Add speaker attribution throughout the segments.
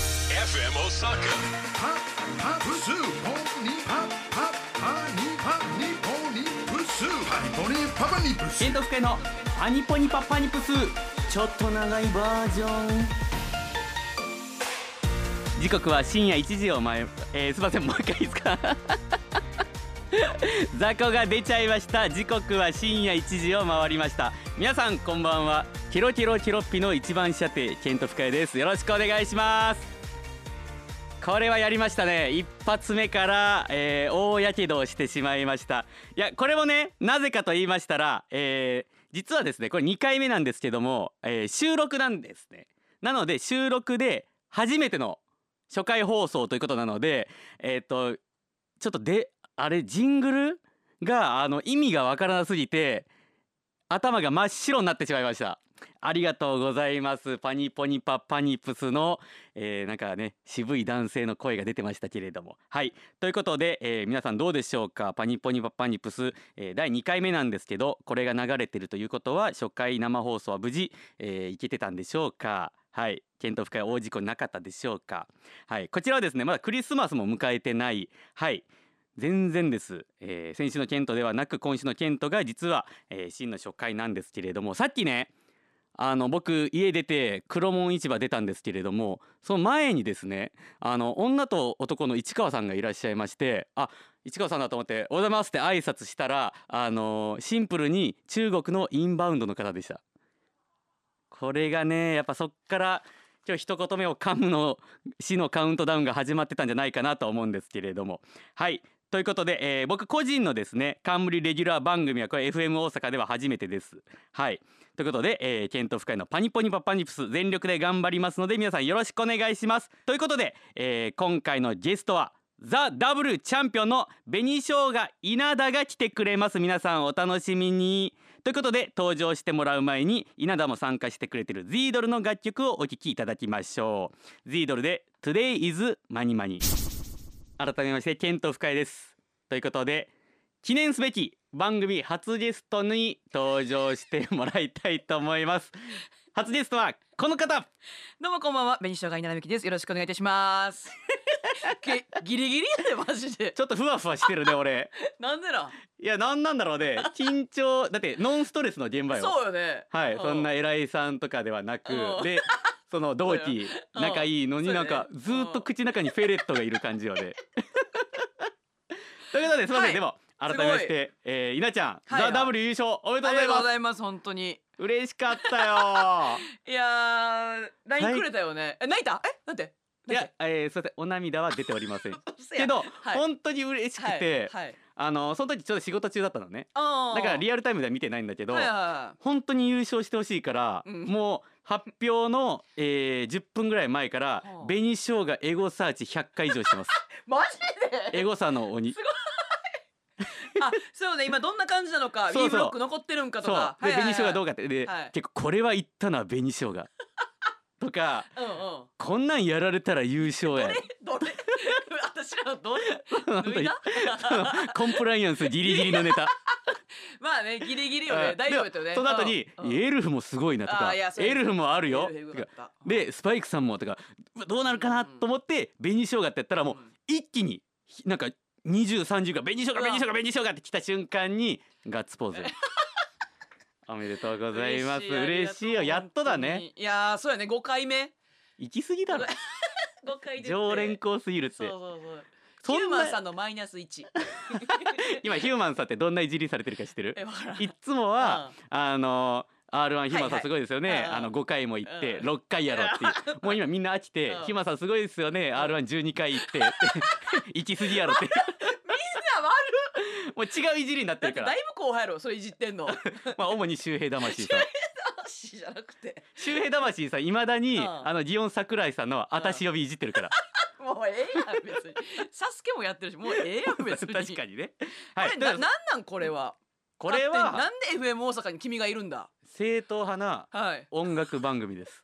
Speaker 1: FM Osaka.
Speaker 2: パパプスポニパパパニパニポニプスパニポニパパニプス
Speaker 3: ケントフケのパニポニパパニプスちょっと長いバージョン時刻は深夜1時を前、えー、すいませんもう一回いいですか 雑魚が出ちゃいました時刻は深夜1時を回りました皆さんこんばんはケロケロケロッピの一番射程ケントフケですよろしくお願いしますこれはやりましたね一発目から、えー大やけどをしてしまいましたいやこれもねなぜかと言いましたら、えー実はですねこれ2回目なんですけども、えー収録なんですねなので収録で初めての初回放送ということなのでえっ、とちょっとであれジングルがあの意味がわからなすぎて頭が真っ白になってしまいましたありがとうございますパニポニパパニプスのえーなんかね渋い男性の声が出てましたけれどもはいということで、えー皆さんどうでしょうかパニポニパパニプス、えー第2回目なんですけどこれが流れてるということは初回生放送は無事、えー、いけてたんでしょうかはい検討深い大事故なかったでしょうかはいこちらはですねまだクリスマスも迎えてないはい全然です、えー先週のケントではなく今週のケントが実は、えー真の初回なんですけれどもさっきねあの僕家出て黒門市場出たんですけれどもその前にですねあの女と男の市川さんがいらっしゃいましてあ市川さんだと思って「おはようございます」って挨拶したらあのシンプルに中国のインバウンドの方でした。これがねやっぱそっから今日一言目を噛むの死のカウントダウンが始まってたんじゃないかなと思うんですけれどもはいということで、えー僕個人のですね冠レギュラー番組はこれ FM 大阪では初めてですはいということで、えー、検討深いのパニポニパパニプス全力で頑張りますので皆さんよろしくお願いしますということで、えー今回のゲストはザ・ダブルチャンピオンの紅生姜稲田が来てくれます皆さんお楽しみにということで登場してもらう前に稲田も参加してくれてる Z ドルの楽曲をお聴きいただきましょう Z ドルで Today is マニマニ改めましてケント深井ですということで記念すべき番組初ゲストに登場してもらいたいと思い ます初ゲストはこの方
Speaker 4: どうもこんばんは、紅生姜稲田美希です。よろしくお願いいたします。けギリギリやでマジで。
Speaker 3: ちょっとふわふわしてるね俺
Speaker 4: なんでない
Speaker 3: やなんなんだろうね緊張だってノンストレスの現場よ
Speaker 4: そうよね。
Speaker 3: はいうそんな偉いさんとかではなく
Speaker 4: うん
Speaker 3: でその同期
Speaker 4: うん
Speaker 3: 仲いいのに
Speaker 4: そうだ
Speaker 3: な
Speaker 4: ね
Speaker 3: んかずーっと口の中にフェレットがいる感じよね ということですいませ
Speaker 4: は
Speaker 3: ん
Speaker 4: い
Speaker 3: でも
Speaker 4: す
Speaker 3: 改
Speaker 4: ごい
Speaker 3: めましてえー稲ちゃん
Speaker 4: はいは
Speaker 3: ザ
Speaker 4: い
Speaker 3: W 優勝おめで
Speaker 4: あ
Speaker 3: とう
Speaker 4: り
Speaker 3: ご
Speaker 4: が
Speaker 3: ざい
Speaker 4: とう
Speaker 3: ます
Speaker 4: ございます本当に。
Speaker 3: 嬉しかったよ
Speaker 4: いやー、ライ
Speaker 3: は
Speaker 4: ン
Speaker 3: い
Speaker 4: くれたよね。え泣いた？えなんで？
Speaker 3: いやえーすいませんお涙は出ておりま せん
Speaker 4: せや
Speaker 3: けど
Speaker 4: はい
Speaker 3: 本当に嬉しく
Speaker 4: はい
Speaker 3: て
Speaker 4: はい。
Speaker 3: あのその時ちょっと仕事中だったのね
Speaker 4: あ
Speaker 3: だからリ
Speaker 4: ア
Speaker 3: アルタイムでは見てないんだけど、
Speaker 4: はいは
Speaker 3: 本当に優勝してほしいから、
Speaker 4: うん
Speaker 3: もう発表の、えー10分ぐらい前から
Speaker 4: はあ
Speaker 3: 紅生姜エゴサーチ100回以上 してます
Speaker 4: い。マジで？
Speaker 3: エゴサの鬼
Speaker 4: あ、そうね。今どんな感じなの
Speaker 3: そう
Speaker 4: か、
Speaker 3: そう
Speaker 4: B ブロック残ってるんかと
Speaker 3: そう
Speaker 4: か。
Speaker 3: で紅生姜どうか
Speaker 4: か。
Speaker 3: ってで、
Speaker 4: はい
Speaker 3: 結構これは言ったのは紅生姜とか
Speaker 4: うんうん。
Speaker 3: こんなんやられたら優勝や
Speaker 4: どれ？私らのどれ？
Speaker 3: 本当
Speaker 4: 脱い
Speaker 3: に
Speaker 4: だ？
Speaker 3: コンプライアンスギリギリのネタ
Speaker 4: まあねギリギリよ
Speaker 3: う
Speaker 4: ね
Speaker 3: ん。
Speaker 4: 大丈夫だったよね。
Speaker 3: でもその後に、
Speaker 4: うんうん
Speaker 3: エルフもすごいなと
Speaker 4: あ
Speaker 3: か
Speaker 4: ーいやそれ
Speaker 3: エルフもあるよ
Speaker 4: エルフ
Speaker 3: とか
Speaker 4: よかった
Speaker 3: でスパイクさんもとかうわどうなるかなと思って紅生姜ってやったらもう
Speaker 4: うん
Speaker 3: 一気にひなんか2030が紅生姜
Speaker 4: うわ
Speaker 3: 紅生姜紅生姜って来た瞬間にガッツ ポーズおめでとうございます嬉しいよやっとだ。
Speaker 4: ありが
Speaker 3: ね
Speaker 4: う本当にいやーそうやね5回目。
Speaker 3: 行き過ぎだろ
Speaker 4: ご5回出て
Speaker 3: 常連校すぎるっ
Speaker 4: そう
Speaker 3: て
Speaker 4: そうそう。
Speaker 3: そ
Speaker 4: ヒュー
Speaker 3: ん
Speaker 4: マンさ
Speaker 3: なん
Speaker 4: のマイナス1。
Speaker 3: 今ヒューマンさんってどんないじりされてるか知ってる
Speaker 4: えわからん。
Speaker 3: いっつもはあの R1 ひま
Speaker 4: はい
Speaker 3: さん
Speaker 4: はい
Speaker 3: すごいですよね、
Speaker 4: うんうん
Speaker 3: あの5回も行って
Speaker 4: うん
Speaker 3: 6回やろうって いうもう今みんな飽きて
Speaker 4: う
Speaker 3: 「
Speaker 4: ん
Speaker 3: ひまさんすごいですよね R112 回行 って」行き過ぎやろって
Speaker 4: みんな悪い
Speaker 3: もう違ういじりになって
Speaker 4: だっ
Speaker 3: る
Speaker 4: て
Speaker 3: か
Speaker 4: だ
Speaker 3: ら
Speaker 4: い、ぶ後輩やろそれいじってんの。
Speaker 3: まあ、主に周平魂 さん
Speaker 4: 足じゃなくて。
Speaker 3: 周平魂さんいまだに、
Speaker 4: うん
Speaker 3: あの祇園桜井さんの「あたし呼び」いじってるから、
Speaker 4: もうええやん 別に。サスケもやってるしもうええやん別に。
Speaker 3: 確かにね、
Speaker 4: こ
Speaker 3: は
Speaker 4: れ
Speaker 3: い、
Speaker 4: な
Speaker 3: だ
Speaker 4: なん
Speaker 3: から
Speaker 4: なんこれは。
Speaker 3: これ
Speaker 4: 勝手に
Speaker 3: は
Speaker 4: なんで FM 大阪に君がいるんだ。
Speaker 3: 正統派な
Speaker 4: はい。
Speaker 3: 音楽番組です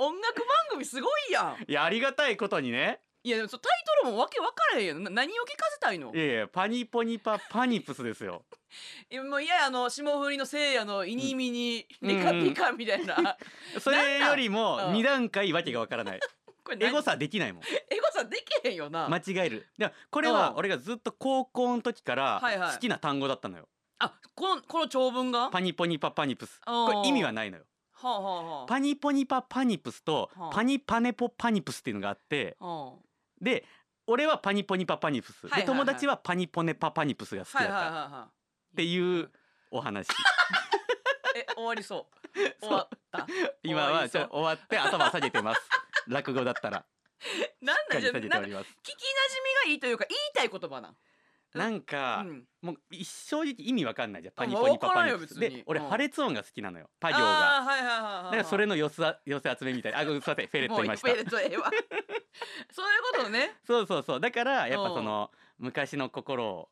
Speaker 4: 音楽番組すごいやん。
Speaker 3: いやありがたいことにね
Speaker 4: いやでもそうタイトルもわけわからへんやん。な何を聞かせたいの
Speaker 3: い。やいやパニポニパパニプスですよ
Speaker 4: 今もういやあの霜降りのせいやのイニミニ
Speaker 3: うん
Speaker 4: リカピカみたいな、
Speaker 3: それより
Speaker 4: なんな
Speaker 3: も
Speaker 4: ん
Speaker 3: 二段階わけがわからない
Speaker 4: これ何
Speaker 3: エゴさできないもん
Speaker 4: エゴさできへんよな、
Speaker 3: 間違えるでもこれ
Speaker 4: う
Speaker 3: は
Speaker 4: ん
Speaker 3: 俺がずっと高校の時か
Speaker 4: はいは
Speaker 3: ら
Speaker 4: い
Speaker 3: 好きな単語だったのよ
Speaker 4: あこのこの長文が
Speaker 3: パニポニパパニプス
Speaker 4: おー
Speaker 3: これ意味はないのよ
Speaker 4: はあ、はあはあ、
Speaker 3: パニポニパパニプスと
Speaker 4: はあ
Speaker 3: パニパネポパニプスっていうのがあって
Speaker 4: はあ
Speaker 3: で俺はパニポニパパニプス
Speaker 4: は
Speaker 3: で
Speaker 4: いはいはい
Speaker 3: 友達はパニポネパパニプスが好きだ
Speaker 4: は
Speaker 3: っ
Speaker 4: いはいはい
Speaker 3: た
Speaker 4: は
Speaker 3: っていうお 話
Speaker 4: いえ終わりそう
Speaker 3: そう
Speaker 4: 終わった
Speaker 3: 今はちょ終わって頭下げてます 落語だったら
Speaker 4: なん
Speaker 3: し
Speaker 4: だ
Speaker 3: っ
Speaker 4: じゃ
Speaker 3: か
Speaker 4: あな
Speaker 3: り
Speaker 4: ん
Speaker 3: 下げており
Speaker 4: か聞き馴染
Speaker 3: ます
Speaker 4: みがいいというか言いたい言葉なん
Speaker 3: なんか
Speaker 4: うん
Speaker 3: もう一正直意味わかんないじゃんパニ
Speaker 4: まあ
Speaker 3: ポニパ
Speaker 4: わから
Speaker 3: パ
Speaker 4: ん
Speaker 3: ニ
Speaker 4: よ
Speaker 3: プス
Speaker 4: 別に
Speaker 3: で俺
Speaker 4: うん
Speaker 3: 破裂音が好きなのよパ行が
Speaker 4: あーはいはいはいはい
Speaker 3: だ
Speaker 4: は
Speaker 3: か
Speaker 4: い
Speaker 3: らそれの寄せ寄せ集めみたいなあごめんすいませんフェレット
Speaker 4: もう
Speaker 3: い
Speaker 4: い
Speaker 3: ま
Speaker 4: っ
Speaker 3: した
Speaker 4: ぺんとええわ そういうことね
Speaker 3: そうそうそうだからやっぱ
Speaker 4: うん
Speaker 3: その昔の心を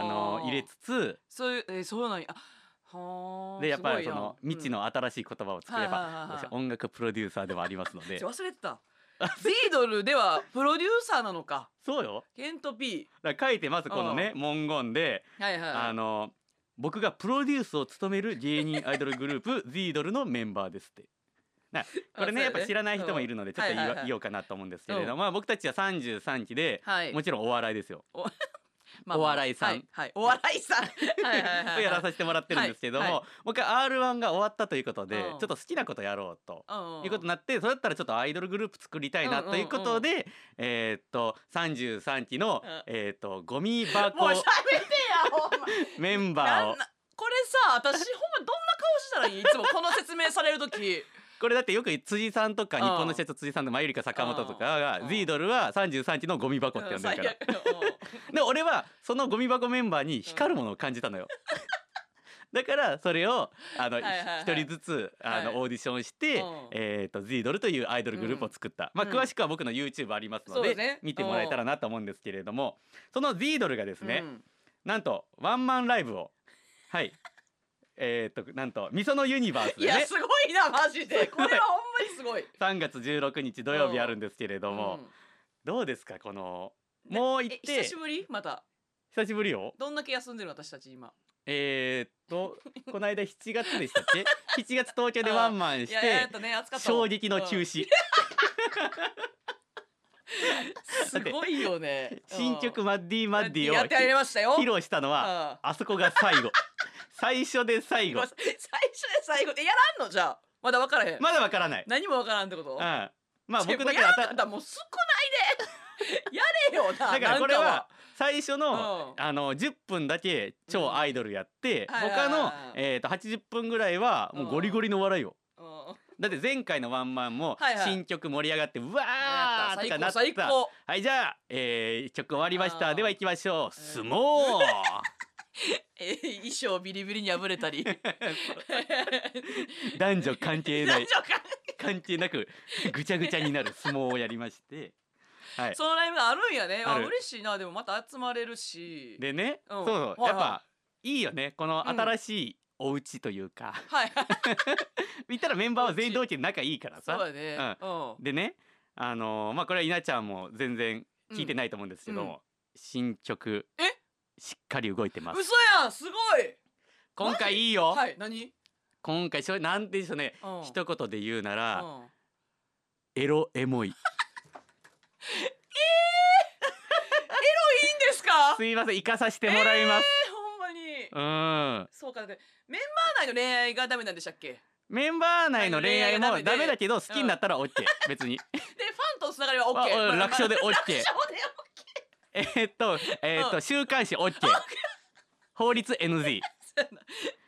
Speaker 3: あの入れつつ
Speaker 4: そういうえーそうなんやあはあ
Speaker 3: でやっぱり
Speaker 4: す
Speaker 3: そ
Speaker 4: ごいな
Speaker 3: の未知
Speaker 4: うん
Speaker 3: の新しい言葉を作れ
Speaker 4: はいはいはい
Speaker 3: ば
Speaker 4: はい
Speaker 3: 私音楽プロデューサーでもあります ので
Speaker 4: ちょ忘れてたビードルではプロデューサーなのか
Speaker 3: そうよ
Speaker 4: ケント P
Speaker 3: だから書いてますこのね文言で
Speaker 4: はいはい
Speaker 3: あの僕がプロデュースを務める芸人アイドルグループ z ドルのメンバーですって。なこれね
Speaker 4: あ
Speaker 3: や
Speaker 4: そうだ
Speaker 3: っ
Speaker 4: ね
Speaker 3: ぱ知らない人もいるのでちょっと言わ
Speaker 4: はいはいはい
Speaker 3: 言おうかなと思うんですけれどもまあ僕たちは33期で
Speaker 4: はい
Speaker 3: もちろんお笑いですよ。
Speaker 4: まあまあ
Speaker 3: お笑いさん
Speaker 4: はいはいお笑 いさんはいはいはいは
Speaker 3: を
Speaker 4: い
Speaker 3: やらさせてもらってるんですけども、
Speaker 4: はいはい
Speaker 3: もう一回 R1 が終わったということで、
Speaker 4: うん
Speaker 3: ちょっと好きなことやろうと。
Speaker 4: うん
Speaker 3: いうことになってそれだったらちょっとアイドルグループ作りたいな
Speaker 4: うんうん
Speaker 3: ということで、えーっと33期の、
Speaker 4: うん
Speaker 3: えーっとゴミ箱
Speaker 4: もう喋ってやほんま
Speaker 3: メンバー
Speaker 4: な
Speaker 3: を
Speaker 4: んなこれさ私ほんまどんな顔したらいいいつもこの説明される時
Speaker 3: これだってよく辻さんとか
Speaker 4: うん
Speaker 3: 日本の社長辻さんとマユリカ坂本とか
Speaker 4: う
Speaker 3: が「
Speaker 4: ん
Speaker 3: Z ドルは33期のゴミ箱」って呼んでる
Speaker 4: 最
Speaker 3: か
Speaker 4: 悪
Speaker 3: ら で俺はそのゴミ箱メンバーに光るものを感じたの よ。だからそれをあの
Speaker 4: はいはいはい
Speaker 3: 一人ずつあ
Speaker 4: はい
Speaker 3: のオーディションして
Speaker 4: うん
Speaker 3: えーと Z ドルというアイドルグループを作ったまあ
Speaker 4: うん
Speaker 3: 詳しくは僕の YouTube ありますの
Speaker 4: そうね
Speaker 3: で見てもらえたらなと思うんですけれどもその Z ドルがです
Speaker 4: うん
Speaker 3: ね
Speaker 4: うん
Speaker 3: なんとワンマンライブをはいえーとなんとみそのユニバース
Speaker 4: い
Speaker 3: で
Speaker 4: や
Speaker 3: ね
Speaker 4: すごいなマ ジでこれはほんまにすごい
Speaker 3: 3月16日土曜日あるんですけれども
Speaker 4: うん
Speaker 3: どうですかこの
Speaker 4: ね
Speaker 3: もう行っ
Speaker 4: え
Speaker 3: て
Speaker 4: 久しぶりまた
Speaker 3: 久しぶりよ
Speaker 4: どんだけ休んでるの私たち今
Speaker 3: えー、っとこの間7月でしたっ け7月東京でワンマンし
Speaker 4: いやいややってたね暑かったもん
Speaker 3: 衝撃の中
Speaker 4: うん
Speaker 3: 止、
Speaker 4: すごいよね
Speaker 3: 新曲
Speaker 4: うん
Speaker 3: マッディマッディを
Speaker 4: やってやりましたよ
Speaker 3: 披露したのは
Speaker 4: うん
Speaker 3: あそこが最後最初で最
Speaker 4: ご
Speaker 3: 後
Speaker 4: めんなさい最初で最後でやらんのじゃあまだ分からへん
Speaker 3: まだわからない、
Speaker 4: 何も分からんってこと
Speaker 3: うん、まあ僕だ
Speaker 4: もう
Speaker 3: け
Speaker 4: やら
Speaker 3: あ
Speaker 4: んか
Speaker 3: た
Speaker 4: ったらもう少ないでやれよな
Speaker 3: だからこれ
Speaker 4: なん
Speaker 3: は最初
Speaker 4: う
Speaker 3: の
Speaker 4: ん
Speaker 3: あの10分だけ超アイドルやって
Speaker 4: うんはいはいは
Speaker 3: 他
Speaker 4: い
Speaker 3: のえーっと80分ぐらいはもうゴリゴリの笑いを
Speaker 4: は
Speaker 3: だって前回のワンマンも
Speaker 4: はいはい
Speaker 3: 新曲盛り上がってうわ
Speaker 4: あ
Speaker 3: ーとかな
Speaker 4: な
Speaker 3: っ
Speaker 4: ったた最高最高
Speaker 3: はいじゃあ、えー、曲終わりまし
Speaker 4: あ
Speaker 3: た
Speaker 4: ー
Speaker 3: では行きましょう相撲
Speaker 4: えー衣装ビリビリに破 れたり
Speaker 3: 男女関係な
Speaker 4: 男
Speaker 3: い
Speaker 4: 女関
Speaker 3: 関係な くぐちゃぐちゃになる相撲をやりましてはい
Speaker 4: そのライブがあるんやねあ
Speaker 3: ある
Speaker 4: 嬉しいなでもまた集まれるし
Speaker 3: でね、
Speaker 4: う
Speaker 3: そ
Speaker 4: ん
Speaker 3: うそう、
Speaker 4: はい
Speaker 3: やっ
Speaker 4: は
Speaker 3: ぱいいよねこの新しいお家というか、
Speaker 4: はい
Speaker 3: 言ったらメンバーは全員同期で仲いいから
Speaker 4: そ
Speaker 3: さ
Speaker 4: うだね
Speaker 3: うん
Speaker 4: うん
Speaker 3: でねあのーまあこれは稲ちゃんも全然聞いてないと思うんですけど、
Speaker 4: うん
Speaker 3: 新曲
Speaker 4: え
Speaker 3: しっかり動いてます
Speaker 4: 嘘やんすごい
Speaker 3: 今回いいよ、
Speaker 4: はい何
Speaker 3: 今回しょなんて言うんでしょうね、
Speaker 4: うん
Speaker 3: 一言で言うな
Speaker 4: う
Speaker 3: ら、
Speaker 4: ん
Speaker 3: エロエモい
Speaker 4: いいんですか
Speaker 3: すいません行かさせてもらいます、
Speaker 4: えーほんまに
Speaker 3: うん
Speaker 4: そうかだってメンバー内の恋愛がダメなんでしたっけで
Speaker 3: メンバー内の恋愛
Speaker 4: あの恋
Speaker 3: も
Speaker 4: 愛ダメで
Speaker 3: ダメだけど好きになったら OK、別に
Speaker 4: ファンとのつながりは OK
Speaker 3: あうん
Speaker 4: まあ
Speaker 3: 楽勝で OK
Speaker 4: まあ楽勝で OK
Speaker 3: えーっとえーっ
Speaker 4: う
Speaker 3: と週刊誌 OK 法律 NG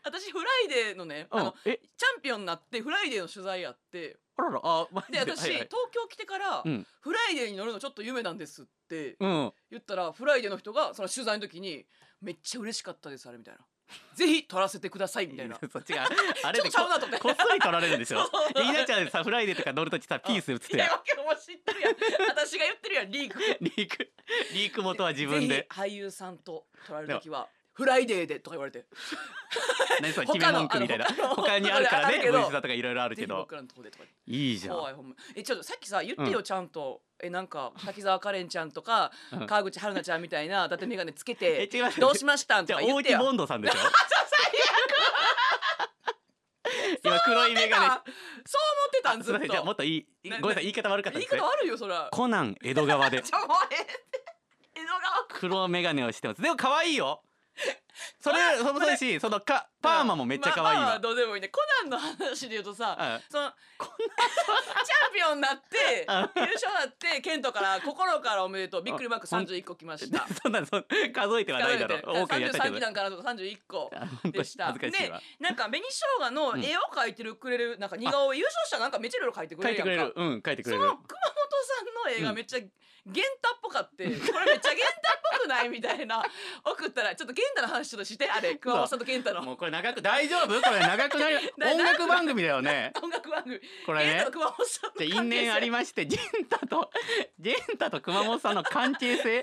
Speaker 4: 私フライデーのね、
Speaker 3: う
Speaker 4: あ
Speaker 3: ん
Speaker 4: の
Speaker 3: え
Speaker 4: チャンピオンになってフライデーの取材やって
Speaker 3: あららあマジ
Speaker 4: で
Speaker 3: で
Speaker 4: 私、
Speaker 3: はいはい
Speaker 4: 東京来てから、
Speaker 3: うん
Speaker 4: フライデーに乗るのちょっと夢なんですって
Speaker 3: うん
Speaker 4: 言ったらフライデーの人がその取材の時にめっちゃ嬉しかったですあれみたいなぜひ撮らせてくださいみたいな
Speaker 3: そっ ちがあれで
Speaker 4: ちょっとちゃうな
Speaker 3: こと
Speaker 4: 思って
Speaker 3: こっそり取られるんでしょ
Speaker 4: そう
Speaker 3: で稲ちゃんさフライデーとか乗るときさピース打つっ
Speaker 4: い
Speaker 3: て
Speaker 4: やわけも知ってるやん私が言ってるやんリーク
Speaker 3: リークリーク元は自分
Speaker 4: ぜ
Speaker 3: で
Speaker 4: ひ俳優さんと撮られる時はフライデーでとか言われて
Speaker 3: 何それ
Speaker 4: 他
Speaker 3: 決
Speaker 4: の
Speaker 3: め文句みたいな
Speaker 4: あの
Speaker 3: 他にあるから
Speaker 4: ある
Speaker 3: ね
Speaker 4: けど
Speaker 3: 文字だとかいろいろあるけ
Speaker 4: 全国
Speaker 3: ど
Speaker 4: からのとこでとか
Speaker 3: いいじゃん
Speaker 4: 怖いほんまえちょっとさっきさ言ってよ、ちゃんとえなんか滝沢カレンちゃんとか、
Speaker 3: うん
Speaker 4: 川口春奈ちゃんみたいな伊達眼鏡つけて
Speaker 3: え違います
Speaker 4: どうしましたん
Speaker 3: じ
Speaker 4: と
Speaker 3: ゃあ
Speaker 4: か言
Speaker 3: 大
Speaker 4: って
Speaker 3: 木
Speaker 4: よ
Speaker 3: ボンドさんで しょ今黒い眼
Speaker 4: そう思
Speaker 3: 鏡
Speaker 4: ってたんず
Speaker 3: すいま
Speaker 4: っと
Speaker 3: せんじゃあもっといいい
Speaker 4: な
Speaker 3: ごめんなさい言い方悪かったで
Speaker 4: 言い
Speaker 3: すね
Speaker 4: 方あるよそら
Speaker 3: コナン江戸川 で
Speaker 4: ちょもうええ江戸川区
Speaker 3: 黒眼鏡をしてますでも可愛い よそれ
Speaker 4: まあ
Speaker 3: そもそれしそのかパーマもめっちゃ可愛い
Speaker 4: まあパーマは
Speaker 3: わ
Speaker 4: どうでもいいねコナンの話で言うとさ、
Speaker 3: うん
Speaker 4: そのチャンピオンに なって
Speaker 3: う
Speaker 4: 優勝になってケントから心からおめでとうびっくりマーク
Speaker 3: あほん
Speaker 4: 31個来ました
Speaker 3: そんなそん数えては ないだろ多くやったけ
Speaker 4: 33
Speaker 3: ど
Speaker 4: 期なんかなとか31個
Speaker 3: あ 本当に
Speaker 4: でした
Speaker 3: 恥ずかしいわ
Speaker 4: なんか紅生姜の絵を描いてるくれるなんか似顔絵優勝したらなんかめっちゃいろいろ描いてく
Speaker 3: 書
Speaker 4: れ
Speaker 3: い
Speaker 4: る
Speaker 3: て
Speaker 4: やん
Speaker 3: く
Speaker 4: か
Speaker 3: れるうん書いてく
Speaker 4: その
Speaker 3: れ
Speaker 4: 熊
Speaker 3: る
Speaker 4: 本さんの絵がめっちゃ源太っぽかって、これめっちゃ源太っぽくないみたいな送ったらちょっと源太の話ちょっとしてあれ熊本さんと源太
Speaker 3: も
Speaker 4: の
Speaker 3: うこれ長く大丈夫これ長くな る
Speaker 4: だ
Speaker 3: 音楽番組だよね
Speaker 4: 音楽番組
Speaker 3: これ
Speaker 4: 源
Speaker 3: ね
Speaker 4: 太と熊本さんの
Speaker 3: じゃあ因
Speaker 4: 関係性
Speaker 3: 縁ありまして源太と源太と熊本さんの関係性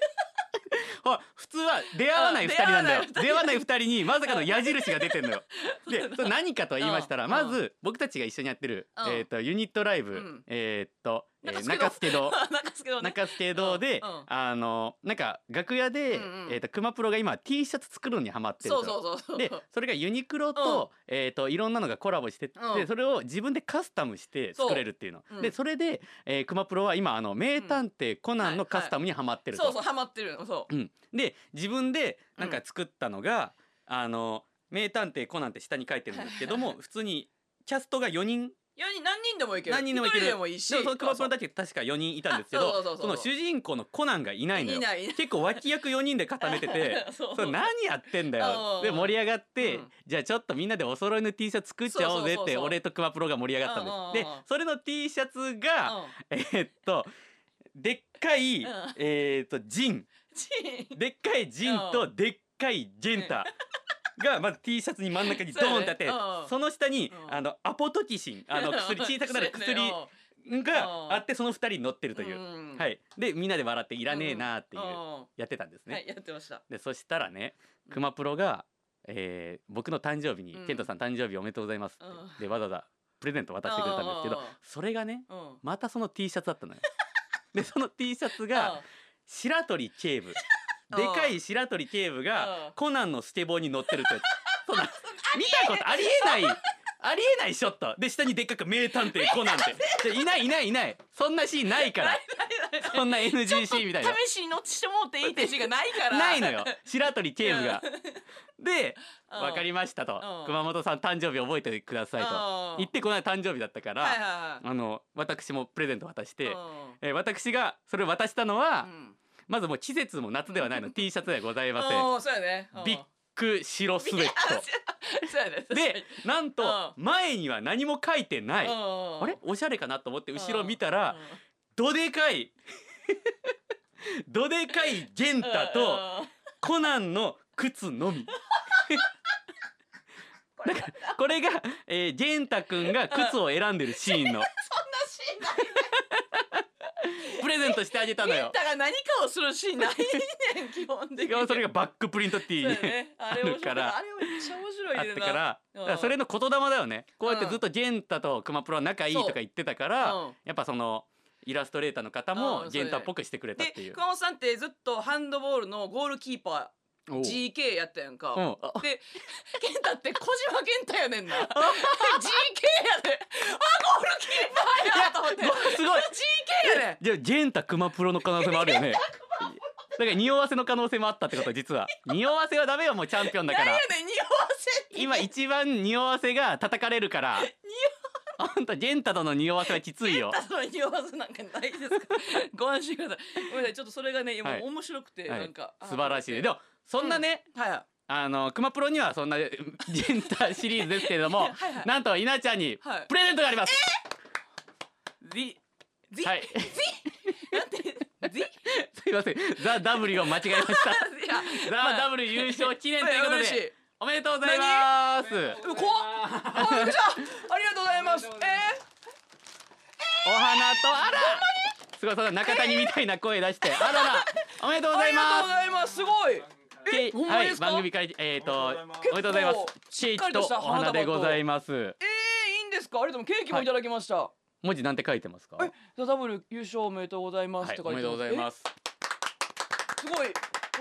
Speaker 3: ほら普通は出会わない二人なんだよ
Speaker 4: うん
Speaker 3: 出会わない二人にまさかの矢印が出てんのよで
Speaker 4: そうだな
Speaker 3: それ何かと言いましたら
Speaker 4: うん
Speaker 3: まず僕たちが一緒にやってる
Speaker 4: うん
Speaker 3: えっとユニットライ
Speaker 4: う
Speaker 3: ブ
Speaker 4: ん
Speaker 3: えっとえー
Speaker 4: 中
Speaker 3: 中
Speaker 4: 助
Speaker 3: 助堂
Speaker 4: なんかすけどね
Speaker 3: 中助堂で
Speaker 4: うんうん
Speaker 3: あのなんか楽屋で
Speaker 4: うんうん
Speaker 3: えっと熊プロが今 T シャツ作るのにハマってる
Speaker 4: そう
Speaker 3: と
Speaker 4: そうそうそう
Speaker 3: でそれがユニクロと,、えー、といろんなのがコラボしてて、
Speaker 4: うん
Speaker 3: それを自分でカスタムして作れるっていうの
Speaker 4: そううん
Speaker 3: でそれで、えー、クマプロは今あの名探偵コナンのカスタムにはまってると、
Speaker 4: そうそうハマってるのそう
Speaker 3: うんで自分でなんか作ったのが、あの名探偵コナンって下に書いてるんですけども普通にキャストが4人
Speaker 4: 4人何人でもいける
Speaker 3: 何人でもいける
Speaker 4: 一人でもいいし
Speaker 3: でもそのクマプロ
Speaker 4: だ
Speaker 3: だけ確か4人いたんですけど
Speaker 4: あそうそうそうそう
Speaker 3: の主人公のコナンがいないのよ
Speaker 4: いないいない
Speaker 3: 結構脇役4人で固めて て
Speaker 4: そう
Speaker 3: そう何やってんだよ
Speaker 4: うん
Speaker 3: で盛り上がって、
Speaker 4: うん
Speaker 3: じゃあちょっとみんなでお揃いの T シャツ作っちゃおうぜ
Speaker 4: そ
Speaker 3: っ
Speaker 4: うそうそう
Speaker 3: て
Speaker 4: そう
Speaker 3: 俺とクマプロが盛り上がったんです
Speaker 4: うんうんうん
Speaker 3: でそれの T シャツが、
Speaker 4: うん
Speaker 3: えーっとでっかい、
Speaker 4: うん
Speaker 3: えーっとジン
Speaker 4: ち
Speaker 3: でっかいジン
Speaker 4: う
Speaker 3: とでっかいゲンタがまず T シャツに真ん中にドーンってあって
Speaker 4: そうやねうん
Speaker 3: その下に
Speaker 4: うん
Speaker 3: あのアポトキシンあの薬小さくなる
Speaker 4: そうや
Speaker 3: 薬
Speaker 4: ねうん
Speaker 3: があってその2人に乗ってるというう。
Speaker 4: ん
Speaker 3: はい、でみんなで笑っていらねえなーっていう
Speaker 4: うん
Speaker 3: やってたんですね
Speaker 4: は。いやってました
Speaker 3: でそしたらね
Speaker 4: うん
Speaker 3: 熊プロが、えー僕の誕生日に
Speaker 4: う
Speaker 3: 「
Speaker 4: ん
Speaker 3: 健太さん誕生日おめでとうございます」って、
Speaker 4: うん
Speaker 3: でわざわざプレゼント渡してくれたんですけ
Speaker 4: う
Speaker 3: ど
Speaker 4: んうんうん
Speaker 3: それがね
Speaker 4: うん
Speaker 3: またその T シャツだったの よ。でその T シャツが白鳥警部
Speaker 4: うん
Speaker 3: でかい白鳥警部
Speaker 4: うん
Speaker 3: がコナンのスケボーに乗ってるって やつそんな見たことありえないありえないショットで下にでっかく「名探偵コナン」 ってでいないいないいないそんなシーン ないからそんな NG シーンみたいな。
Speaker 4: 試しに乗ってもっていいって字がないから
Speaker 3: ない のよ白鳥警部が。で「
Speaker 4: うん
Speaker 3: 分かりました」と
Speaker 4: うん
Speaker 3: 「熊本さん誕生日覚えてください」と言ってこの間誕生日だったか
Speaker 4: たはい
Speaker 3: ら
Speaker 4: は
Speaker 3: あの私もプレゼント渡し
Speaker 4: い
Speaker 3: て
Speaker 4: はい
Speaker 3: えー私がそれを渡したのは
Speaker 4: うん
Speaker 3: まずもう季節も夏ではない の T シャツではございません
Speaker 4: うんそうやね
Speaker 3: ビッグ白スウェッ
Speaker 4: トそうやね
Speaker 3: トでなんと
Speaker 4: う
Speaker 3: 前には何も書いてないあ
Speaker 4: あ
Speaker 3: れおしゃれかなと思って後ろ見たらどでかい どでかい玄太とコナンの靴の み。だからこれが、えー、玄太くんが靴を選んでるシーンの
Speaker 4: そんなシーンない
Speaker 3: プレゼントしてあげたの
Speaker 4: ビ
Speaker 3: よ
Speaker 4: ッ。タが何かをするシーンないねん基本的
Speaker 3: しかも
Speaker 4: に
Speaker 3: それがバックプリント
Speaker 4: そ
Speaker 3: T
Speaker 4: う
Speaker 3: に
Speaker 4: やねあれ
Speaker 3: あ
Speaker 4: 面
Speaker 3: る
Speaker 4: 白
Speaker 3: か
Speaker 4: いな
Speaker 3: ら
Speaker 4: あれめっちゃ面白い
Speaker 3: あ
Speaker 4: ね
Speaker 3: っ
Speaker 4: ん
Speaker 3: た
Speaker 4: な
Speaker 3: から
Speaker 4: うん
Speaker 3: だからそれの言霊だよねこうやってずっと玄太と熊プロは仲いいとか言ってたから、
Speaker 4: うん
Speaker 3: やっぱそのイラストレーターの方
Speaker 4: う
Speaker 3: も
Speaker 4: んそうだ
Speaker 3: 玄
Speaker 4: よね
Speaker 3: 太っぽくしてくれたってい
Speaker 4: で
Speaker 3: う。
Speaker 4: 熊本さんってずっとハンドボールのゴールキーパ
Speaker 3: お
Speaker 4: ー
Speaker 3: う
Speaker 4: GK やったやんか、
Speaker 3: うんあ
Speaker 4: で健太って小島健太やね んなで GK やであゴールキーパーやと思って
Speaker 3: いやす ごい
Speaker 4: GK やねん
Speaker 3: じゃあジェンタクマプロの可能性もあるよね。だから匂わせの可能性もあったってこと実は。匂わせはダメよもうチャンピオンだか
Speaker 4: 何や
Speaker 3: ら。
Speaker 4: ねん匂わせ
Speaker 3: 今一番匂わせが叩かれるから。あんたジェンタとの匂わせはきついよ。
Speaker 4: その匂わせなんかないですかご安心くださいごめんなさいちょっとそれがね今
Speaker 3: はい
Speaker 4: 面白くて、
Speaker 3: はい
Speaker 4: なんか、
Speaker 3: 素晴らしい。で
Speaker 4: は
Speaker 3: もそんなね、
Speaker 4: いはい
Speaker 3: あのクマプロにはそんなジェンタシリーズですけれども、
Speaker 4: はいはい
Speaker 3: なんと稲ちゃんに
Speaker 4: はい
Speaker 3: プレゼントがあります。
Speaker 4: The The、
Speaker 3: はい
Speaker 4: The なんて The い
Speaker 3: すいません。ザ・ W を間違えました。
Speaker 4: や
Speaker 3: ザ・ W 優勝記念ということ
Speaker 4: 嬉しい
Speaker 3: でおめでとうございます。
Speaker 4: うわ 怖っあよっしゃありがとうございますえー
Speaker 3: お花とあら すごいそんな中谷みたいな声出して、あららおめでとうござい
Speaker 4: ありがとうご
Speaker 3: ま
Speaker 4: ざいます。すごい。
Speaker 3: すケはい、
Speaker 4: ほんま
Speaker 3: は
Speaker 4: で
Speaker 3: い、
Speaker 4: すか
Speaker 3: 番組からえっ、と、お
Speaker 4: 結構
Speaker 3: めでとうございます。チ
Speaker 4: しっ
Speaker 3: ー
Speaker 4: か
Speaker 3: ク
Speaker 4: りと
Speaker 3: と
Speaker 4: した
Speaker 3: お花でございます。
Speaker 4: えー、いいんですかあれでもケーキもいただきました、
Speaker 3: 文字なんて書いてますか。は
Speaker 4: えザ・ダブル優勝おめでとうございますっ
Speaker 3: い
Speaker 4: て、書
Speaker 3: お
Speaker 4: い
Speaker 3: め
Speaker 4: て
Speaker 3: でとうございます。
Speaker 4: すすごい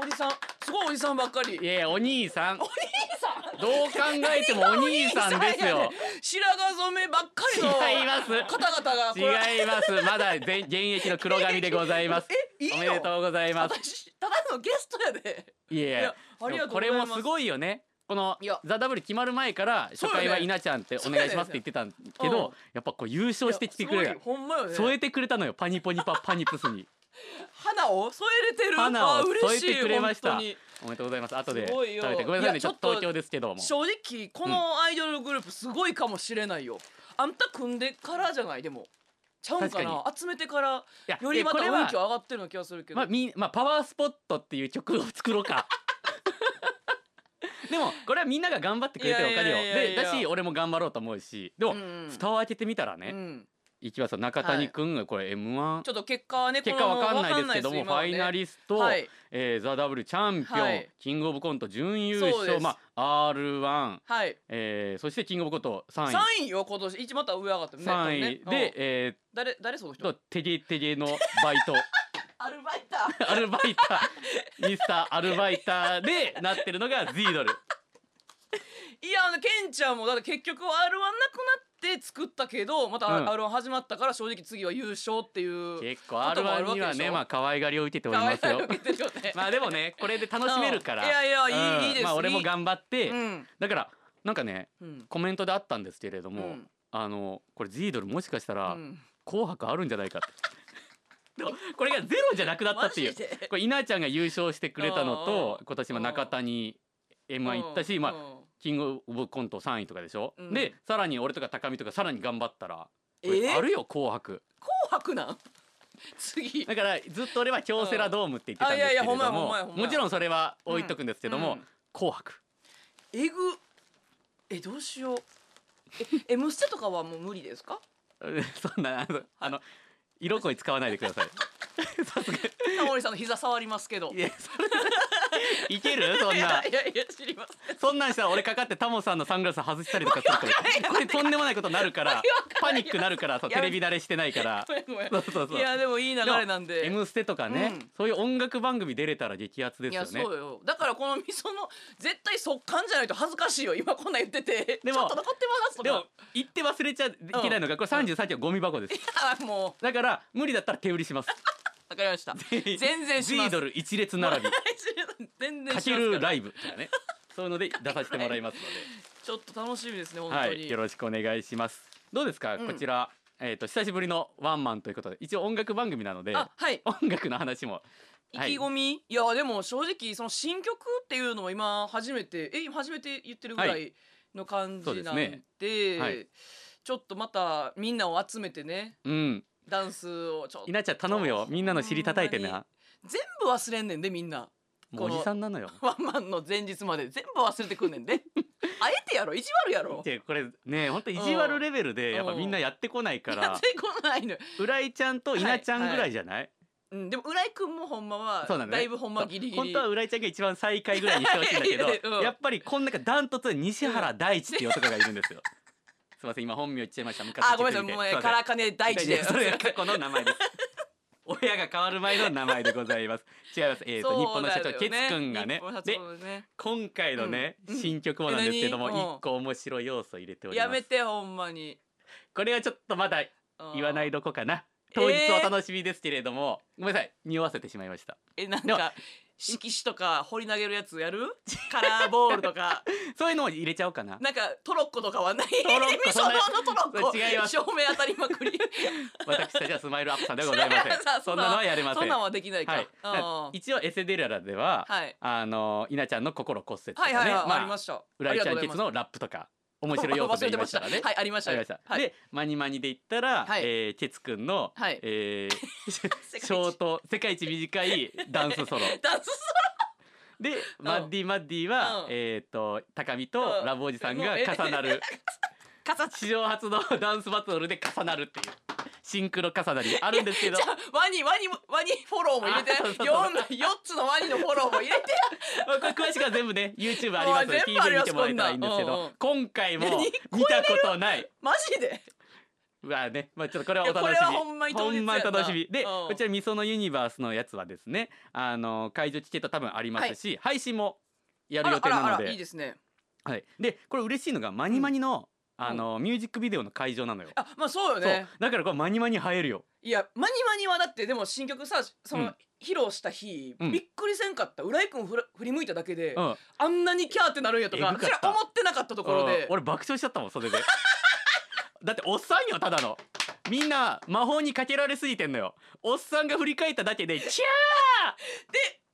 Speaker 4: おじさんすごいおじさんばっかり
Speaker 3: いや、お兄さん。お兄さん。どう考えてもお兄さんです よ。
Speaker 4: 白髪染めばっかりの
Speaker 3: 違います
Speaker 4: 方々がこれ
Speaker 3: 違います。まだ全現役の黒髪でございます。
Speaker 4: えいいよ
Speaker 3: おめでとうございます。
Speaker 4: 私ただのゲストやで
Speaker 3: いやい
Speaker 4: い
Speaker 3: や
Speaker 4: やありがとう
Speaker 3: こ
Speaker 4: ござい
Speaker 3: れ
Speaker 4: ます
Speaker 3: もすごいよねこの
Speaker 4: いや
Speaker 3: 「ザ・ダブル決まる前から初
Speaker 4: そうよね
Speaker 3: 回は稲ちゃんってお願いしますって言ってたんけど、
Speaker 4: うん
Speaker 3: やっぱこう優勝してきてくれ
Speaker 4: いや
Speaker 3: る
Speaker 4: すごいほんまよね
Speaker 3: 添えてくれたのよパニポニパパニプスに
Speaker 4: 花を添えれてる
Speaker 3: 花
Speaker 4: あ
Speaker 3: を
Speaker 4: 嬉
Speaker 3: 添
Speaker 4: し
Speaker 3: えてくれました
Speaker 4: 本当に
Speaker 3: おめでとうございます後です食
Speaker 4: ごい
Speaker 3: べ
Speaker 4: よ
Speaker 3: てごめんなさい
Speaker 4: い
Speaker 3: ね
Speaker 4: や
Speaker 3: ちょっと
Speaker 4: ちょっと
Speaker 3: 東京ですけども
Speaker 4: 正直このアイドルグループすごいかもしれないよ、あんた組んでからじゃないでもちゃうんかな
Speaker 3: 確
Speaker 4: 集めてから
Speaker 3: いや
Speaker 4: よりまた
Speaker 3: これ
Speaker 4: 運
Speaker 3: は
Speaker 4: 気は上がってるの気がするけど、
Speaker 3: まあみんまあ、パワースポットっていう曲を作ろう かでもこれはみんなが頑張ってくれてるおかげよ
Speaker 4: いやいやいや
Speaker 3: で
Speaker 4: いや
Speaker 3: だし俺も頑張ろうと思うしでも、
Speaker 4: うん
Speaker 3: 蓋を開けてみたらね、
Speaker 4: うん
Speaker 3: いきますよ中谷君がこれ m 1、
Speaker 4: ちょっと結果はね
Speaker 3: 結果わかんないですけども、ファイナ
Speaker 4: リ
Speaker 3: リスト、
Speaker 4: はい
Speaker 3: えーザ・ダブルチャンピオン、
Speaker 4: はい
Speaker 3: キングオブコント準優
Speaker 4: そうで
Speaker 3: 勝、
Speaker 4: す
Speaker 3: まあ、R1、
Speaker 4: はい
Speaker 3: えーそしてキングオブコント3位。
Speaker 4: 3位よ今年一また上上がってるね
Speaker 3: 3位
Speaker 4: ねうん
Speaker 3: で、え
Speaker 4: 誰誰その
Speaker 3: ー、と
Speaker 4: 人
Speaker 3: テゲテゲのバイ ト
Speaker 4: アルバイター
Speaker 3: アルバイターミスターアルバイターでなってるのが Z ドル
Speaker 4: いやあのケンちゃんもだって結局 R1 なくなって作ったけどまた
Speaker 3: うん
Speaker 4: R1 始まったから正直次は優勝っていう
Speaker 3: 結構
Speaker 4: こともある
Speaker 3: R1
Speaker 4: わけ
Speaker 3: に
Speaker 4: でしょ
Speaker 3: はねまあ可愛がりを受けております
Speaker 4: 可愛がりを
Speaker 3: よ
Speaker 4: 受けてるよね
Speaker 3: まあでもねこれで楽しめるから
Speaker 4: うんいやいやいい
Speaker 3: うん
Speaker 4: いいです
Speaker 3: まあ俺も
Speaker 4: いい
Speaker 3: 頑張って、
Speaker 4: うん
Speaker 3: だからなんかね
Speaker 4: うん
Speaker 3: コメントであったんですけれども、
Speaker 4: うん
Speaker 3: あのこれ Z ドルもしかしたら、
Speaker 4: うん
Speaker 3: 紅白あるんじゃない かってでもこれがゼロじゃなくなったっていう
Speaker 4: マジで
Speaker 3: これ稲ちゃんが優勝してくれたのと
Speaker 4: うん
Speaker 3: 今年も中谷 m 1行ったし、まあ、
Speaker 4: うん
Speaker 3: キングオブコント3位とかでしょ、
Speaker 4: うん
Speaker 3: でさらに俺とか高見とかさらに頑張ったら
Speaker 4: え
Speaker 3: これあ
Speaker 4: 紅
Speaker 3: るよ紅白
Speaker 4: 白なん 次
Speaker 3: だからずっと俺は京セラドームって言ってたんですけれど
Speaker 4: うんあいやいやほん
Speaker 3: も
Speaker 4: まやほんまやほんまや
Speaker 3: もちろんそれは置いとくんですけども、
Speaker 4: うんうん
Speaker 3: 紅白
Speaker 4: えぐえどうしようえ M ステとかはもう無理ですか
Speaker 3: そんなあのあの色恋使わないでください さすが
Speaker 4: タモリさんの膝触りますけど
Speaker 3: いやそれいけるそん
Speaker 4: いや
Speaker 3: ない
Speaker 4: やいや知りません
Speaker 3: そんなんしたら俺かかってタモさんのサングラス外したりとかするからこれとんでもないことになるからパニックなるからそう
Speaker 4: や
Speaker 3: テ
Speaker 4: め
Speaker 3: レビ慣れしてないから
Speaker 4: ごめんごめん
Speaker 3: そうそうそう
Speaker 4: いやでもいい流れなん
Speaker 3: 「
Speaker 4: で
Speaker 3: M ステ」とかね、
Speaker 4: うん
Speaker 3: そういう音楽番組出れたら激アツで
Speaker 4: い
Speaker 3: すよ
Speaker 4: や
Speaker 3: ね
Speaker 4: そうよだからこのみその絶対速乾じゃないと恥ずかしいよ今こんなん言ってて
Speaker 3: でも
Speaker 4: ちょっと残ってますとか
Speaker 3: でも言って忘れちゃいけないのがこれ33キロゴミ箱です
Speaker 4: あ も
Speaker 3: だから無理だったら手売りします
Speaker 4: うわかり ました全然し
Speaker 3: G
Speaker 4: ます
Speaker 3: ドル一列並び
Speaker 4: 全然しま
Speaker 3: か
Speaker 4: す
Speaker 3: け
Speaker 4: か
Speaker 3: る
Speaker 4: ら
Speaker 3: ライブとかねそういうので出させてもらいますので。
Speaker 4: ちょっと楽しみですね本当に、
Speaker 3: はい、よろしくお願いします。どうですか、
Speaker 4: うん
Speaker 3: こちら、えっ、と、久しぶりのワンマンということで、一応音楽番組なので。
Speaker 4: あはい
Speaker 3: 音楽の話も。
Speaker 4: 意気込み、い、やでも正直その新曲っていうのを今初めてえ今初めて言ってるぐら
Speaker 3: はい
Speaker 4: の感
Speaker 3: そう
Speaker 4: じ
Speaker 3: で
Speaker 4: な
Speaker 3: す
Speaker 4: ん
Speaker 3: ね
Speaker 4: で,、
Speaker 3: はい
Speaker 4: ちょっとまたみんなを集めてね
Speaker 3: うん、
Speaker 4: ダンスをちょっと
Speaker 3: 稲ちゃん頼むよ、みんなの尻叩いて
Speaker 4: ほんま
Speaker 3: な。
Speaker 4: に全部忘れんねんでみんな
Speaker 3: もうおじさんなのよ。
Speaker 4: ワンマンの前日まで全部忘れてくんねん であえてやろ意地悪やろ
Speaker 3: でこれね本当意地悪レベルで
Speaker 4: うん
Speaker 3: やっぱみんなやってこないか
Speaker 4: やっ
Speaker 3: ら
Speaker 4: てこないのよ、
Speaker 3: 浦井ちゃんと稲ちゃんぐらいじゃない
Speaker 4: うん、でも浦井くんもほんまは
Speaker 3: そうなのね
Speaker 4: だいぶほんまギリギリ
Speaker 3: 本当は浦井ちゃんが一番最下位ぐらいにしてほしいんだけ
Speaker 4: いやいや
Speaker 3: ど
Speaker 4: うん
Speaker 3: やっぱりこん中ダントツで西原大地っていう男がいるん ですよすいません今本名言っちゃいましたムカつき
Speaker 4: あごめんなさい
Speaker 3: すぎて
Speaker 4: もうね
Speaker 3: すませ
Speaker 4: からかね大地で
Speaker 3: それが過去の名前です。親が変わる前の名前でございます。違います。えっ、と、日本の社長、ケツくんがね
Speaker 4: 日本の。社
Speaker 3: で
Speaker 4: 長、のね
Speaker 3: 今回のね、
Speaker 4: うんうん
Speaker 3: 新曲もなんですけども、
Speaker 4: え何うん
Speaker 3: 一個面白い要素を入れております。
Speaker 4: やめてほんまに
Speaker 3: これはちょっとまだ言わないどこかな。当日は楽しみですけれども、ごめんなさい、匂わせてしまいました。
Speaker 4: えなん
Speaker 3: でも
Speaker 4: か色紙とか掘り投げるやつやるカラーボール とか
Speaker 3: そういうのを入れちゃおうか な。
Speaker 4: なんかトロッコとかはない
Speaker 3: ロッコ
Speaker 4: そのトロッコ
Speaker 3: それ違います
Speaker 4: 照明当たりまくり
Speaker 3: 私たちはスマイルアップさんではございませ
Speaker 4: さあ
Speaker 3: ん。そんなのはやれませ
Speaker 4: そん
Speaker 3: ん。
Speaker 4: なん
Speaker 3: は
Speaker 4: はできないか、
Speaker 3: い。
Speaker 4: うん
Speaker 3: 一応エセデララでは、
Speaker 4: はい
Speaker 3: あの稲ちゃんの心骨折とか
Speaker 4: は
Speaker 3: ね、
Speaker 4: いはいはい、
Speaker 3: ま
Speaker 4: ありました
Speaker 3: 浦井ちゃん
Speaker 4: あり
Speaker 3: ケ
Speaker 4: が
Speaker 3: ツ
Speaker 4: とう
Speaker 3: のラップとか
Speaker 4: ご
Speaker 3: 面
Speaker 4: ざいます
Speaker 3: 白い要素で言いましたからね。
Speaker 4: はい ありまし た
Speaker 3: あり
Speaker 4: よ
Speaker 3: ました。
Speaker 4: はい
Speaker 3: でマニマニで言ったら、
Speaker 4: はい
Speaker 3: えーケツくんの、
Speaker 4: はい
Speaker 3: えー
Speaker 4: 世界一
Speaker 3: ショート世界一短いダンス ソロ
Speaker 4: ダンス
Speaker 3: で、マッディマッディは、
Speaker 4: うん
Speaker 3: えっ、と高見と
Speaker 4: うん
Speaker 3: ラブ おじさんが重なる
Speaker 4: 傘
Speaker 3: 史上初のダンスバトルで重なるっていう。シンクロ重なりあるんですけど
Speaker 4: じゃあワニワニワニフォローも入れて
Speaker 3: あそうそうそう
Speaker 4: 4, 四つのワニのフォローも入れて
Speaker 3: まあこれ詳しくは全部ね YouTube ありますので
Speaker 4: 全 部あ
Speaker 3: TV
Speaker 4: り
Speaker 3: 見
Speaker 4: ます
Speaker 3: てもらえたらいいんですけど、
Speaker 4: こんなんうんうん
Speaker 3: 今回も
Speaker 4: 何
Speaker 3: 見たことない
Speaker 4: マジで
Speaker 3: まあね、まあちょっとこれはお楽し
Speaker 4: い
Speaker 3: み。
Speaker 4: やこれはほんまに当日やな
Speaker 3: ほんま楽しみ。で、
Speaker 4: うん
Speaker 3: こちらみそのユニバースのやつはですね、あの会場チケット多分ありますし、配信もやる予定なので、
Speaker 4: あらあらいいですね
Speaker 3: はい。で、これ嬉しいのがマニマニの、あのミュージックビデオの会場なのよ。
Speaker 4: あまあそうよ
Speaker 3: そう
Speaker 4: ね。
Speaker 3: だからこれマニマニ映えるよ。
Speaker 4: いやマニマニはだってでも新曲さその、
Speaker 3: うん
Speaker 4: 披露した日、
Speaker 3: うん
Speaker 4: びっくりせんかった浦井君ふら振り向いただけで、
Speaker 3: うん。
Speaker 4: あんなにキャーってなるんやと
Speaker 3: え
Speaker 4: か
Speaker 3: ぐかっ
Speaker 4: それ
Speaker 3: た
Speaker 4: 思ってなかったところ
Speaker 3: うん
Speaker 4: で
Speaker 3: 俺爆笑しちゃったもんそれで。 だっておっさんよただの。みんな魔法にかけられすぎてんのよ。おっさんが振り返っただけでキ
Speaker 4: で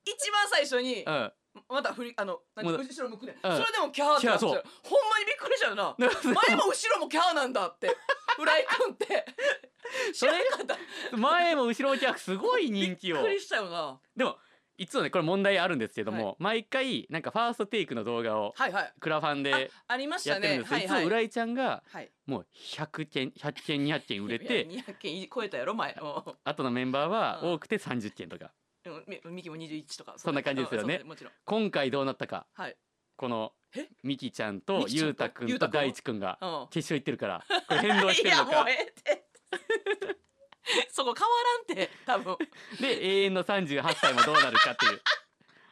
Speaker 4: 一番最初に
Speaker 3: ャ、ー。うん。
Speaker 4: また振りあの何
Speaker 3: もう
Speaker 4: 後ろ向くね、
Speaker 3: うん
Speaker 4: それでもキャーってなってた
Speaker 3: キャー
Speaker 4: らほんまにびっくりしたよな前も後ろもキャーなんだって浦井君って 知
Speaker 3: それ
Speaker 4: らんかった
Speaker 3: 前も後ろもキャーすごい人気
Speaker 4: び
Speaker 3: を
Speaker 4: っ。くりしたよな
Speaker 3: でもいつもねこれ問題あるんですけども、毎回なんかファーストテイクの動画を
Speaker 4: はいはい
Speaker 3: クラファンで
Speaker 4: ありまし
Speaker 3: やったてるんで
Speaker 4: ね
Speaker 3: すけど、
Speaker 4: はい
Speaker 3: いつも
Speaker 4: はい
Speaker 3: 浦井ちゃんが
Speaker 4: はい
Speaker 3: もう100件100件200件売れて
Speaker 4: いや200件超えたやろ前もう
Speaker 3: 後のメンバーは
Speaker 4: うん
Speaker 3: 多くて30件とか
Speaker 4: でもみミキも21とか
Speaker 3: そんな感じですよね
Speaker 4: うんそうもちろん
Speaker 3: 今回どうなったか
Speaker 4: はい
Speaker 3: この
Speaker 4: え
Speaker 3: ミキちゃん
Speaker 4: ミ
Speaker 3: と
Speaker 4: キちゃ
Speaker 3: ゆ
Speaker 4: んと
Speaker 3: うたく
Speaker 4: ゆ
Speaker 3: ん
Speaker 4: うた
Speaker 3: と
Speaker 4: くん
Speaker 3: 大地くんが
Speaker 4: うん
Speaker 3: 決勝行ってるからこれ変動して る
Speaker 4: いや
Speaker 3: の
Speaker 4: も
Speaker 3: か
Speaker 4: うええってそこ変わらんって多分
Speaker 3: で永遠の38歳もどうなるかっていう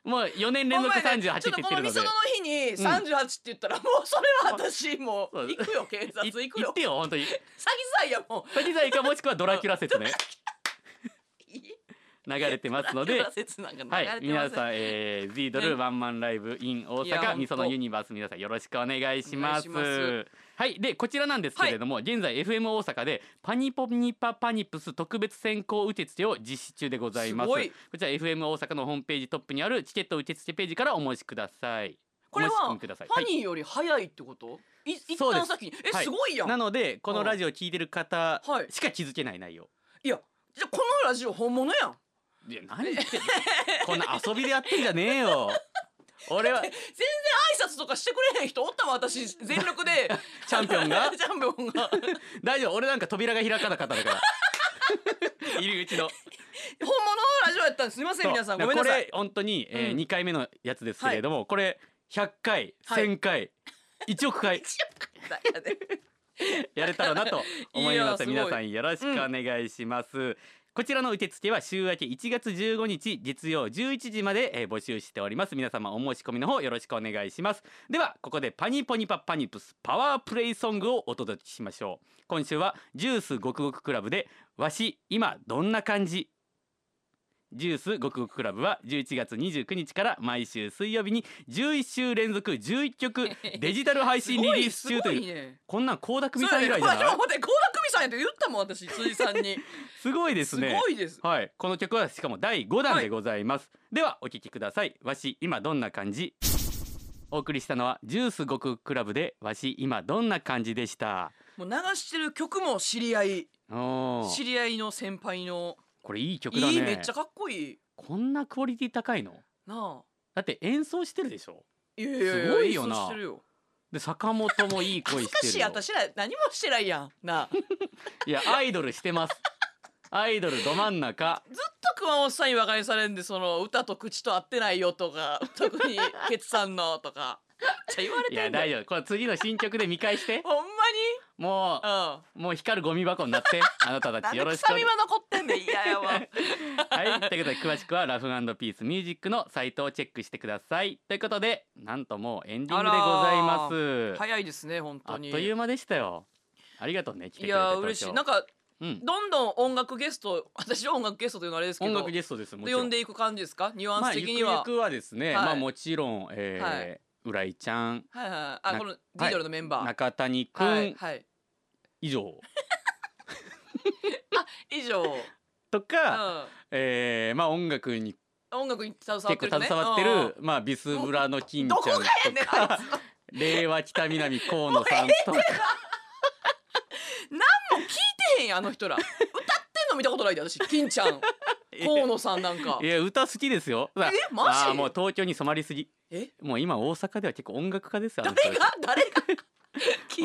Speaker 3: もう4年 連続
Speaker 4: ほんまにね
Speaker 3: 38って
Speaker 4: ち
Speaker 3: 言
Speaker 4: ょっ
Speaker 3: っ
Speaker 4: と
Speaker 3: て
Speaker 4: この
Speaker 3: る
Speaker 4: み
Speaker 3: の
Speaker 4: そ
Speaker 3: で
Speaker 4: のの日に38って言ったらもうそれは私もう
Speaker 3: そう
Speaker 4: 行くよ警察
Speaker 3: い
Speaker 4: 行く
Speaker 3: 行っ
Speaker 4: よ
Speaker 3: てよ本当に
Speaker 4: 詐欺罪やも
Speaker 3: 滝沢かもしくはドラキュラ説ね
Speaker 4: ういい
Speaker 3: 流れてます ので
Speaker 4: 裏説なんか流
Speaker 3: はい
Speaker 4: れ、てま
Speaker 3: 皆
Speaker 4: せん
Speaker 3: さん、えー、Z ドルワンマンライブ in 大
Speaker 4: いやほん
Speaker 3: 阪
Speaker 4: と
Speaker 3: みそのユニバース皆さんよろしくお願いします。
Speaker 4: お願いし
Speaker 3: はい、でこちらなんですけれども、現在 FM 大阪でパニポニパパニプス特別選考受付を実施中でございます。
Speaker 4: すごい
Speaker 3: こちら FM 大阪のホームページトップにあるチケット受付ページからお申しください。
Speaker 4: これ
Speaker 3: お
Speaker 4: は
Speaker 3: 申し込み
Speaker 4: フ
Speaker 3: ください
Speaker 4: ァニーより早いってことい一
Speaker 3: そうです
Speaker 4: 旦先にえ
Speaker 3: はい
Speaker 4: すごいやん
Speaker 3: なのでこのラジオ聞いてる方
Speaker 4: はい
Speaker 3: しか気づけない内容。
Speaker 4: いやじゃあこのラジオ本物やん
Speaker 3: いや何言ってん のこんな遊びでやってんじゃねえよ。俺 は
Speaker 4: 全然挨拶とかしてくれへん人おったわ私全力で
Speaker 3: チャンピオンが
Speaker 4: チャンピオンがほん物
Speaker 3: 大丈夫俺なんか扉が開かなかった だから入り口の
Speaker 4: のラジオやったんですすみません皆さん
Speaker 3: そう
Speaker 4: ごめんなさい
Speaker 3: これ本当に、えー
Speaker 4: うん
Speaker 3: 2回目のやつですけれども、これ100回1,000回、1億回 やれたらな と思います
Speaker 4: いやすごい
Speaker 3: 皆さんよろしくお願いします、こちらの受付は週明け1月15日月曜11時まで、えー募集しております皆様お申し込みの方よろしくお願いしますではここでパニポニパパニプスパワープレイソングをお届けしましょう今週はジュースごくごくクラブでわし今どんな感じジュースごくごくクラブは11月29日から毎週水曜日に11週連続11曲デジタル配信リリース中という
Speaker 4: すごいね
Speaker 3: こんなん倖田來未さん以来じゃ
Speaker 4: そうや
Speaker 3: ない
Speaker 4: ね待って倖田來未さんやと言ったもん私辻さんに
Speaker 3: すごいですすね
Speaker 4: ごいです
Speaker 3: はいこの曲はしかも第5弾でございます、ではお聴きくださいわし今どんな感じお送りしたのはジュースごくクラブでわし今どんな感じでした
Speaker 4: もう流してる曲も知り合い
Speaker 3: おー
Speaker 4: 知り合いの先輩の
Speaker 3: これいい曲だね
Speaker 4: いいめっちゃかっこいい
Speaker 3: こんなクオリティ高いの
Speaker 4: なあ
Speaker 3: だって演奏してるでしょ
Speaker 4: いやいやや
Speaker 3: すごいよな
Speaker 4: 演奏してるよ
Speaker 3: で坂本もいい声
Speaker 4: 恥
Speaker 3: し
Speaker 4: ずか
Speaker 3: て
Speaker 4: し
Speaker 3: る
Speaker 4: い
Speaker 3: よ
Speaker 4: 私ら何もしてないやんなあずっ
Speaker 3: いやアイドルしてますアイドルど真ん 中
Speaker 4: と熊本さんに馬鹿にされんでその歌と口と合ってないよと か特にケツさんのとかじゃ言われ
Speaker 3: い
Speaker 4: て
Speaker 3: や
Speaker 4: んだ
Speaker 3: 大
Speaker 4: よ
Speaker 3: 丈夫これ次の新曲で見返 して
Speaker 4: ほん
Speaker 3: も
Speaker 4: まに
Speaker 3: うもう光るゴミ箱になってあなたたち
Speaker 4: う
Speaker 3: よ
Speaker 4: んなん
Speaker 3: ろ
Speaker 4: で
Speaker 3: しくお願
Speaker 4: 臭
Speaker 3: い
Speaker 4: みは残っ てんねん嫌やわ
Speaker 3: はい、ということで詳しくはラフピースミュージックのサイトをチェックしてください。ということでなんともうエンディングでございます。
Speaker 4: 早いですね本
Speaker 3: あ
Speaker 4: 当
Speaker 3: っと
Speaker 4: に
Speaker 3: いう間でしたよ。ありがとうね来てくれ
Speaker 4: い
Speaker 3: て
Speaker 4: や嬉しいなん
Speaker 3: か、
Speaker 4: か
Speaker 3: うん、
Speaker 4: どんどん音楽ゲスト私は音楽ゲストというのはあれですけど
Speaker 3: 音楽ゲストですもちろ
Speaker 4: 呼
Speaker 3: ん。
Speaker 4: んでいく感じですかニュア
Speaker 3: ま
Speaker 4: ン
Speaker 3: あ
Speaker 4: ス
Speaker 3: ゆく
Speaker 4: 的
Speaker 3: ゆ
Speaker 4: には、
Speaker 3: くはですね、
Speaker 4: はい
Speaker 3: まあもちろん、えー
Speaker 4: はい
Speaker 3: 浦井ちゃん
Speaker 4: はいはいはい
Speaker 3: な
Speaker 4: あこのディドルのメンバー、
Speaker 3: 中谷くん、
Speaker 4: はいはい
Speaker 3: 以上
Speaker 4: 以上、うん、
Speaker 3: とか、えーまあ音楽に
Speaker 4: 音楽に携わっ
Speaker 3: 結
Speaker 4: て
Speaker 3: 構
Speaker 4: るね
Speaker 3: 携わって
Speaker 4: う
Speaker 3: る、まあビスブラの金ちゃんと
Speaker 4: どこんねあい
Speaker 3: か
Speaker 4: つ
Speaker 3: 令和北南河野さん とか。
Speaker 4: へんやんあの 人ら歌ってんの見たことないで私金ちゃん河野さんなんか
Speaker 3: いや歌好きですよ。え
Speaker 4: えマジ
Speaker 3: もう東京に染まりすぎ。
Speaker 4: え
Speaker 3: もう今大阪では結構音楽家ですよ。あの人
Speaker 4: 誰が誰が 金、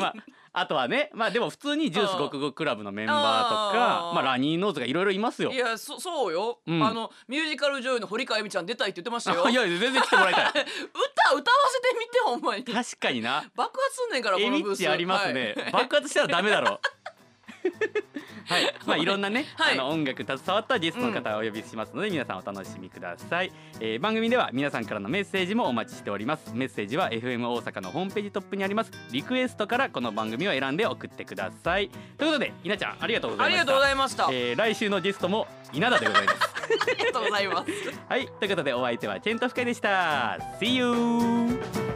Speaker 3: まああとはねまあでも普通にジュースごくごくクラブのメンバーとか
Speaker 4: あー
Speaker 3: まあラニーノーズがいろいろいますよ
Speaker 4: いやそそうよ、
Speaker 3: うん
Speaker 4: あのミュージカル女優の堀川恵美ちゃん出たいって言ってました よ
Speaker 3: あいやいや全然来てもらいたい
Speaker 4: 歌歌わせてみてほんまに
Speaker 3: 確かにな
Speaker 4: 爆発すんねんからこ
Speaker 3: エ
Speaker 4: の
Speaker 3: ミ
Speaker 4: ブ
Speaker 3: ッ
Speaker 4: ース
Speaker 3: チありますね、
Speaker 4: はい
Speaker 3: 爆発したらダメだ ろはい、まあいろんなね、
Speaker 4: はい
Speaker 3: あの音楽に携わったゲストの方をお呼びしますので、皆さんお楽しみください、えー番組では皆さんからのメッセージもお待ちしておりますメッセージは FM 大阪のホームページトップにありますリクエストからこの番組を選んで送ってくださいということで稲ちゃんありがとうござ
Speaker 4: あ
Speaker 3: いま
Speaker 4: り
Speaker 3: した
Speaker 4: がとうございました、
Speaker 3: えー来週のゲストも稲田でございます
Speaker 4: ありがとうございます
Speaker 3: はいということでお相手はケントフカイでした See you